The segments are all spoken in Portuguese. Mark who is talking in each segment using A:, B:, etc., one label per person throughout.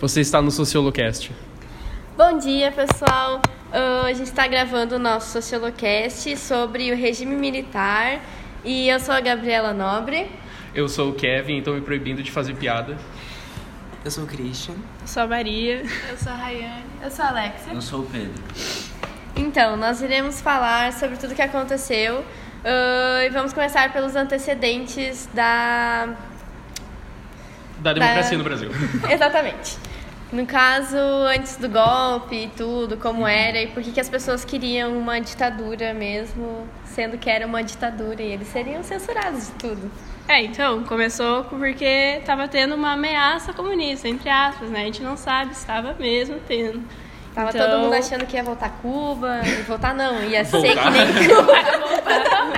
A: Você está no Sociolocast.
B: Bom dia, pessoal. Ah, a gente está gravando o nosso Sociolocast sobre o regime militar. E eu sou a Gabriela Nobre.
A: Eu sou o Kevin, então me proibindo de fazer piada.
C: Eu sou o Christian.
D: Sou a Maria.
E: Eu sou a Rayane. Eu sou a Alexia.
C: Eu sou o Pedro.
B: Então, nós iremos falar sobre tudo que aconteceu. ah, e vamos começar pelos antecedentes da.
A: Da democracia no Brasil.
B: Exatamente. No caso, antes do golpe e tudo, como era e por que que as pessoas queriam uma ditadura mesmo, sendo que era uma ditadura e eles seriam censurados de tudo.
D: É, então, começou porque tava tendo uma ameaça comunista, entre aspas, né? A gente não sabe se tava mesmo tendo.
B: Tava
D: Então-
B: todo mundo achando que ia voltar Cuba, e voltar não, ia ser
A: Voltar.
B: que nem Cuba.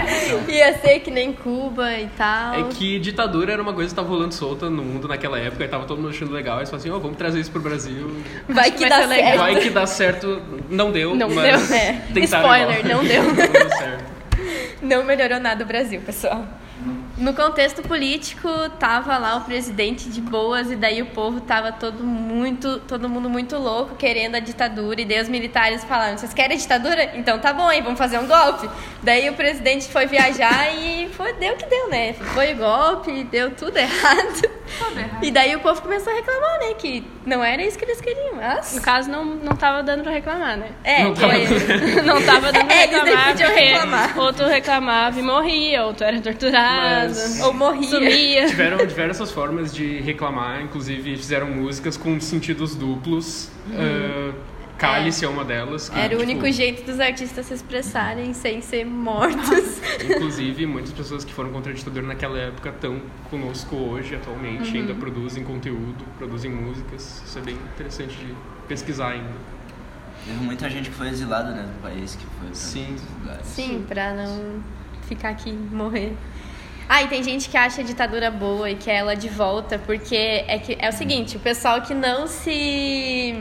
B: ia ser que nem Cuba e tal.
A: É que ditadura era uma coisa que tava rolando solta no mundo naquela época, e tava todo mundo achando legal, e só assim, ó, vamos trazer isso pro Brasil.
B: Vai que
D: vai
B: dá
D: ser legal.
B: certo.
A: Vai que dá certo, não deu,
B: É. Não
A: mas
B: deu, é.
A: tentaram
B: Spoiler,
A: igual.
B: não deu.
A: deu certo.
B: Não melhorou nada o Brasil, pessoal. No contexto político, tava lá o presidente de boas e daí o povo tava todo muito, todo mundo muito louco querendo a ditadura e daí os militares falaram: "Vocês querem a ditadura? Então tá bom, hein, vamos fazer um golpe". Daí o presidente foi viajar e foi deu o que deu, né? Foi golpe, deu tudo errado. E daí o povo começou a reclamar, né, que não era isso que eles queriam,
D: No
B: mas
D: caso, não, não tava dando pra reclamar, né?
B: é,
A: Não
B: que-
A: tava-
D: Não tava dando pra
B: É, eles nem
D: reclamar,
B: podiam
D: porque
B: reclamar.
D: outro reclamava e morria, outro era torturado,
A: Mas-
B: ou morria. Tipo,
D: sumia.
A: Tiveram diversas formas de reclamar, inclusive fizeram músicas com sentidos duplos. Ah, Cálice é uma delas. que,
B: Uhum. Era o
A: tipo,
B: único jeito dos artistas se expressarem sem ser mortos.
A: Inclusive, muitas pessoas que foram contra a ditadura naquela época estão conosco hoje, atualmente,
B: Uhum.
A: ainda produzem conteúdo, produzem músicas. Isso é bem interessante de pesquisar ainda.
C: Teve muita gente que foi exilada, né, do país, que foi pra
A: Sim.
C: outros lugares.
B: Sim, pra não ficar aqui e morrer. Ah, e tem gente que acha a ditadura boa e quer ela de volta, porque é, que, é o seguinte, o pessoal que não se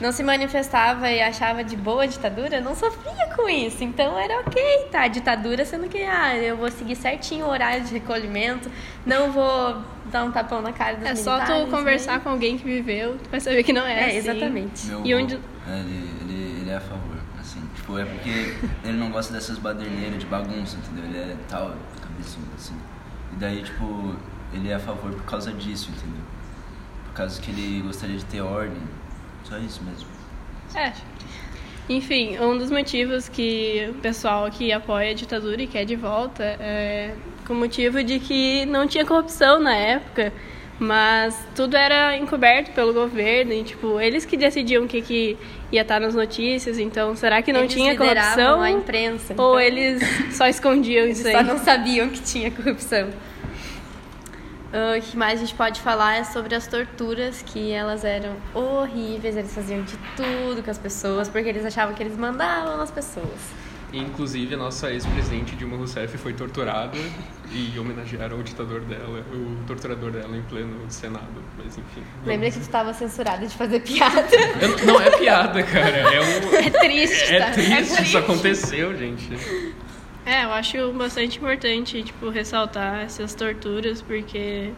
B: não se manifestava e achava de boa a ditadura não sofria com isso. Então era ok, tá? A ditadura, sendo que ah, eu vou seguir certinho o horário de recolhimento, não vou dar um tapão na cara dos
D: É só tu
B: militares,
D: conversar
B: né?
D: com alguém que viveu, tu vai saber que não é,
B: É,
D: assim.
B: exatamente.
C: Meu
D: E
C: avô,
D: onde-
C: ele, ele, ele é a favor, assim. Tipo, é porque ele não gosta dessas baderneiras de bagunça, entendeu? Ele é tal, cabeçudo, assim. E daí, tipo, ele é a favor por causa disso, entendeu? Por causa que ele gostaria de ter ordem. Só isso mesmo.
D: É. Enfim, um dos motivos que o pessoal que apoia a ditadura e quer de volta é com o motivo de que não tinha corrupção na época, mas tudo era encoberto pelo governo e, tipo, eles que decidiam o que, que ia estar nas notícias, então será que não
B: Eles
D: tinha
B: lideravam
D: corrupção?
B: a imprensa.
D: Ou
B: então-
D: eles só escondiam
B: Eles
D: isso aí?
B: só não sabiam que tinha corrupção. Ah, O que mais a gente pode falar é sobre as torturas, que elas eram horríveis, eles faziam de tudo com as pessoas, porque eles achavam que eles mandavam nas pessoas.
A: E, inclusive, a nossa ex-presidente Dilma Rousseff foi torturada e homenagearam o ditador dela, o torturador dela em pleno Senado. Mas enfim.
B: Lembra que tu estava censurada de fazer piada?
A: Eu- não é piada, cara. É, um,
D: É triste, tá?
A: é triste,
D: triste.
A: isso aconteceu, gente.
D: É, eu acho bastante importante, tipo, ressaltar essas torturas, porque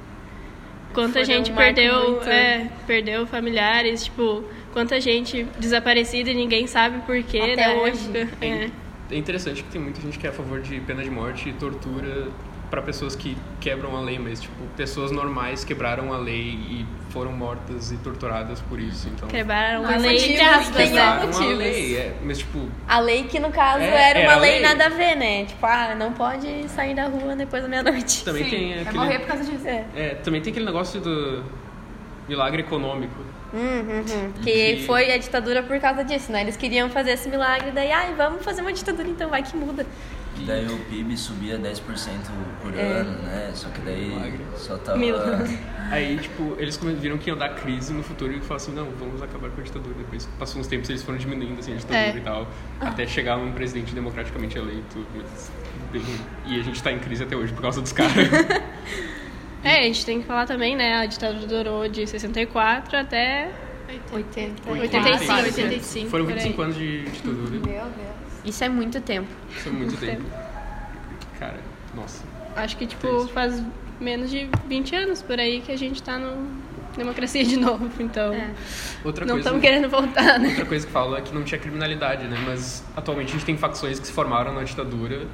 D: quanta
B: Foram
D: gente
B: um marco
D: perdeu,
B: muito-
D: é, perdeu familiares, tipo, quanta gente desaparecida e ninguém sabe por quê,
B: Até
D: né?
B: hoje.
D: Época. É.
A: É interessante que tem muita gente que é a favor de pena de morte e tortura para pessoas que quebram a lei, mas tipo, pessoas normais quebraram a lei e foram mortas e torturadas por isso, então.
E: é
D: Quebraram a
B: Mas
D: lei
B: motivo
D: entre aspas,
B: tem
D: né?
B: a-
A: Quebraram a
B: motivos.
A: lei, é, mas tipo,
B: A lei que, no caso,
A: É,
B: era
A: é
B: uma
A: a
B: lei
A: lei.
B: nada a ver, né? Tipo, ah, não pode sair da rua depois da meia-noite.
A: também tem
E: É
A: aquele
E: morrer por causa disso.
B: É.
A: é, também tem aquele negócio do milagre econômico.
B: Hum, hum, hum. Que
A: Que-
B: foi a ditadura por causa disso, né? Eles queriam fazer esse milagre, daí, ai, vamos fazer uma ditadura então, vai que muda.
C: E daí o PIB subia 10% por
D: É.
C: ano, né? Só que daí
A: Milagre.
C: só tava.
D: Milagre.
A: Aí, tipo, eles come- viram que ia dar crise no futuro e falaram assim, não, vamos acabar com a ditadura. Depois passou uns tempos eles foram diminuindo assim, a ditadura
D: É.
A: e tal, até chegar um presidente democraticamente eleito. Mas, bem, e a gente tá em crise até hoje por causa dos caras.
D: É, a gente tem que falar também, né? A ditadura durou de 64 até
B: 80.
D: 85. 85
A: Foram
D: por aí.
A: 25 anos de ditadura.
E: Meu Deus.
B: Isso é muito tempo.
A: Isso é muito tempo.
F: Cara, nossa.
D: Acho que, tipo,
F: Triste.
D: faz menos de 20 anos por aí que a gente tá no democracia de novo, então
B: É.
F: Outra
D: não
F: coisa.
D: estamos querendo voltar, né?
F: Outra coisa que fala é que não tinha criminalidade, né? Mas atualmente a gente tem facções que se formaram na ditadura.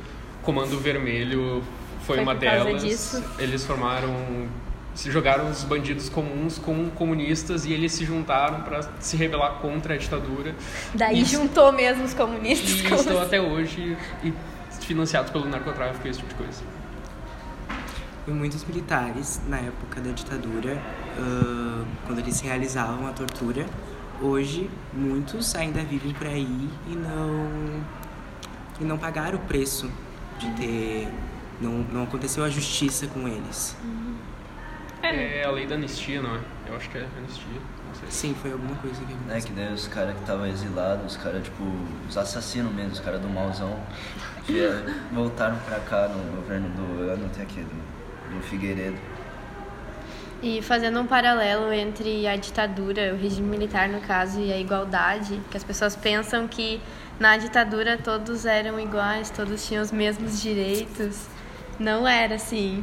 F: Comando Vermelho foi,
B: Foi
F: uma
B: por causa
F: delas.
B: disso.
F: Eles formaram. Se jogaram os bandidos comuns com comunistas e eles se juntaram para se rebelar contra a ditadura.
B: Daí
F: Isso.
B: juntou mesmo os
F: E
B: comunistas com
F: estão
B: os-
F: até hoje e financiados pelo narcotráfico e esse tipo de coisa.
G: E muitos militares, na época da ditadura, ah, quando eles realizavam a tortura, hoje muitos ainda vivem por aí e não, e não pagaram o preço de ter. Não, não aconteceu a justiça com eles.
F: É a lei da anistia, não é? Eu acho que é anistia. Não sei.
G: Sim, foi alguma coisa que
C: É
G: aconteceu.
C: que daí os caras que estavam exilados, os caras, tipo, os assassinos mesmo, os caras do mauzão, que eh, voltaram pra cá no governo do. Eu anotei aqui, do, do Figueiredo.
B: E fazendo um paralelo entre a ditadura, o regime militar no caso, e a igualdade, que as pessoas pensam que na ditadura todos eram iguais, todos tinham os mesmos direitos. Não era assim.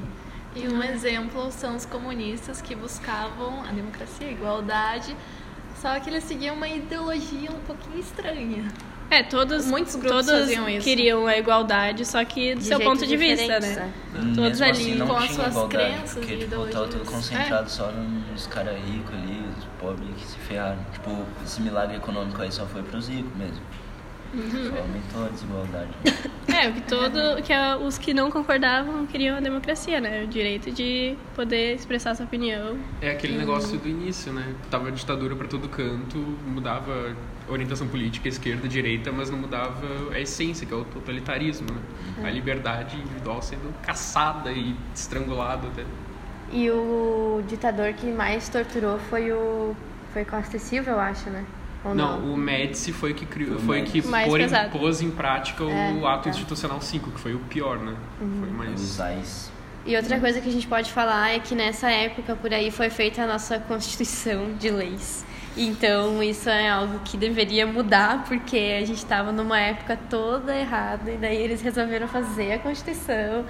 A: E um exemplo são os comunistas que buscavam a democracia, a igualdade, só que eles seguiam uma ideologia um pouquinho estranha.
D: É, todos,
A: Muitos grupos
D: todos
A: faziam isso.
D: queriam a igualdade, só que do seu
B: jeito
D: ponto de vista,
B: diferente,
D: né?
C: Todos
D: Todos ali
C: assim, não
A: com as
C: tinha
A: suas
C: igualdade,
A: crenças
C: porque,
A: e
C: tipo, tava tudo
A: ideologias. É.
C: concentrado só nos caras ricos ali, os pobres que se ferraram. Tipo, esse milagre econômico aí só foi pros ricos mesmo.
A: Uhum.
C: Só aumentou a desigualdade.
B: né?
D: É, o que todo, que a- os que não concordavam queriam a democracia, né? O direito de poder expressar sua opinião.
F: É aquele negócio do início, né? Tava ditadura pra todo canto, mudava orientação política, esquerda, direita, mas não mudava a essência, que é o totalitarismo, né? A liberdade individual sendo caçada e estrangulada até.
B: E o ditador que mais torturou foi o. Foi Costa e Silva, eu acho, né? Ou
F: Não, o Médici foi o que criou,
C: O
F: foi o que
D: Médici. Mais
F: pôr em,
D: pesado.
F: pôs em prática o
B: É,
F: ato
B: é.
F: institucional 5, que foi o pior, né? Foi
C: Os
F: mais
C: ais.
B: E outra coisa que a gente pode falar é que nessa época por aí foi feita a nossa constituição de leis. Então isso é algo que deveria mudar porque a gente estava numa época toda errada e daí eles resolveram fazer a constituição.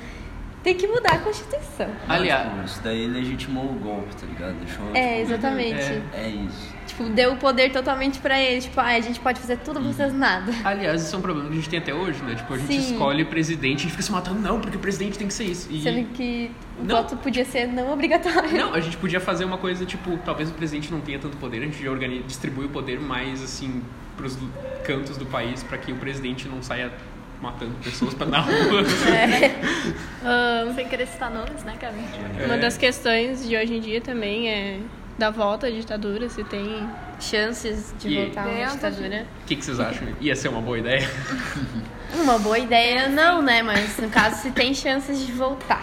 B: Tem que mudar a constituição.
F: Aliás-
C: Tipo, isso daí legitimou o golpe, tá ligado? Deixou.
B: É,
C: tipo,
B: exatamente.
F: É.
C: É isso.
B: Tipo, deu o poder totalmente pra eles. Tipo, ah, a gente pode fazer tudo, vocês nada.
F: Aliás, isso é um problema que a gente tem até hoje, né? Tipo, a gente
B: Sim.
F: escolhe presidente e fica se matando, não, porque o presidente tem que ser isso. E-
B: Sendo que o
F: Não.
B: voto podia ser não obrigatório.
F: Não, a gente podia fazer uma coisa, tipo, talvez o presidente não tenha tanto poder, a gente organi- distribui o poder mais, assim, pros l- cantos do país, pra que o presidente não saia matando pessoas pra na rua.
B: É.
D: Ahn,
A: Sem querer citar nomes, né, Gabi?
D: Uma
F: É.
D: das questões de hoje em dia também é da volta à ditadura, se tem. tá,
B: Chances de
F: E-
B: voltar uma
A: Deus,
B: ditadura.
F: O que, que vocês acham? Ia ser uma boa ideia?
B: Uma boa ideia não, né? Mas no caso se tem chances de voltar.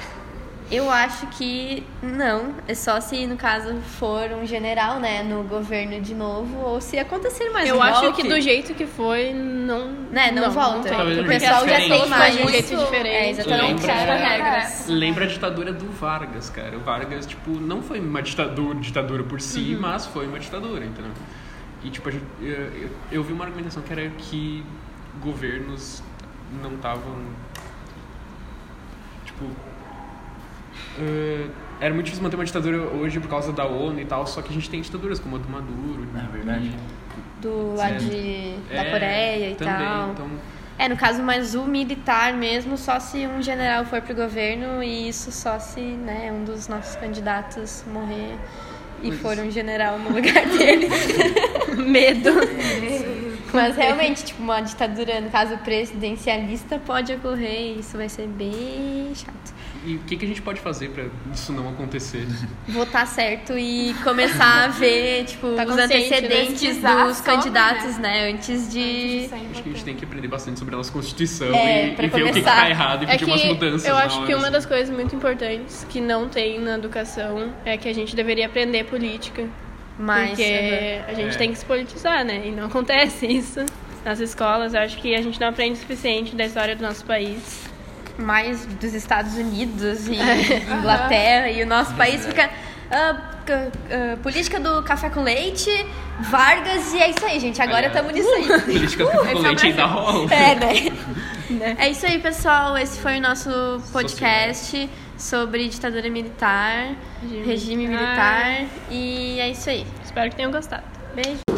B: Eu acho que não. É só se no caso for um general, né, no governo de novo, ou se acontecer mais
D: eu
B: um
D: acho
B: golpe,
D: que do jeito que foi, não.
B: né, não, volta.
D: tem.
F: Talvez
B: o
F: um
B: pessoal
F: jeito
B: já
F: diferente.
B: tem mais
D: Foi um jeito diferente.
B: É,
F: Lembra-
B: exatamente.
A: Quebra regras.
F: Lembra a ditadura do Vargas, cara. O Vargas, tipo, não foi uma ditadura, ditadura por
B: Uhum.
F: si, mas foi uma ditadura, entendeu? E, tipo, a gente, eu, eu- eu vi uma argumentação que era que governos não estavam. Tipo. eh, era muito difícil manter uma ditadura hoje por causa da ONU e tal, só que a gente tem ditaduras como a do Maduro.
C: É verdade.
B: Do lado de,
F: e-
B: da
F: é,
B: Coreia e
F: também,
B: tal.
F: Então,
B: É, no caso, mas o militar mesmo, só se um general for pro governo e isso só se, né, um dos nossos candidatos morrer e for um general no lugar dele. Medo. mas realmente, tipo, uma ditadura, no caso, presidencialista pode ocorrer e isso vai ser bem chato.
F: e o que, que a gente pode fazer pra isso não acontecer?
B: Votar certo e começar a ver, tipo,
D: Tá
B: os
D: consciente, né?
B: antecedentes
A: Pesquisar
B: dos
A: sobre,
B: candidatos, né, antes de...
F: Acho que a gente tem que aprender bastante sobre a nossa Constituição
B: É,
F: e,
B: pra
F: e ver o que que
B: começar.
F: tá errado e
D: É
F: pedir
D: que
F: umas mudanças.
D: eu
F: na
D: acho
F: hora,
D: que uma
F: assim.
D: das coisas muito importantes que não tem na educação é que a gente deveria aprender política.
B: mais.
D: porque a gente
F: É.
D: tem que se politizar, né? E não acontece isso nas escolas. Eu acho que a gente não aprende o suficiente da história do nosso país.
B: mais dos Estados Unidos e Inglaterra e o nosso país fica ah, ca- ah, política do café com leite, Vargas e é isso aí, gente. Agora
F: Aliás.
B: estamos nisso aí.
D: Uh,
F: Política do
A: esse é o
F: leite ainda
A: Brasil.
F: rola.
B: É, né?
D: Né?
B: É isso aí, pessoal. Esse foi o nosso podcast sobre ditadura militar, regime militar. E é isso aí.
D: Espero que tenham gostado.
B: Beijo.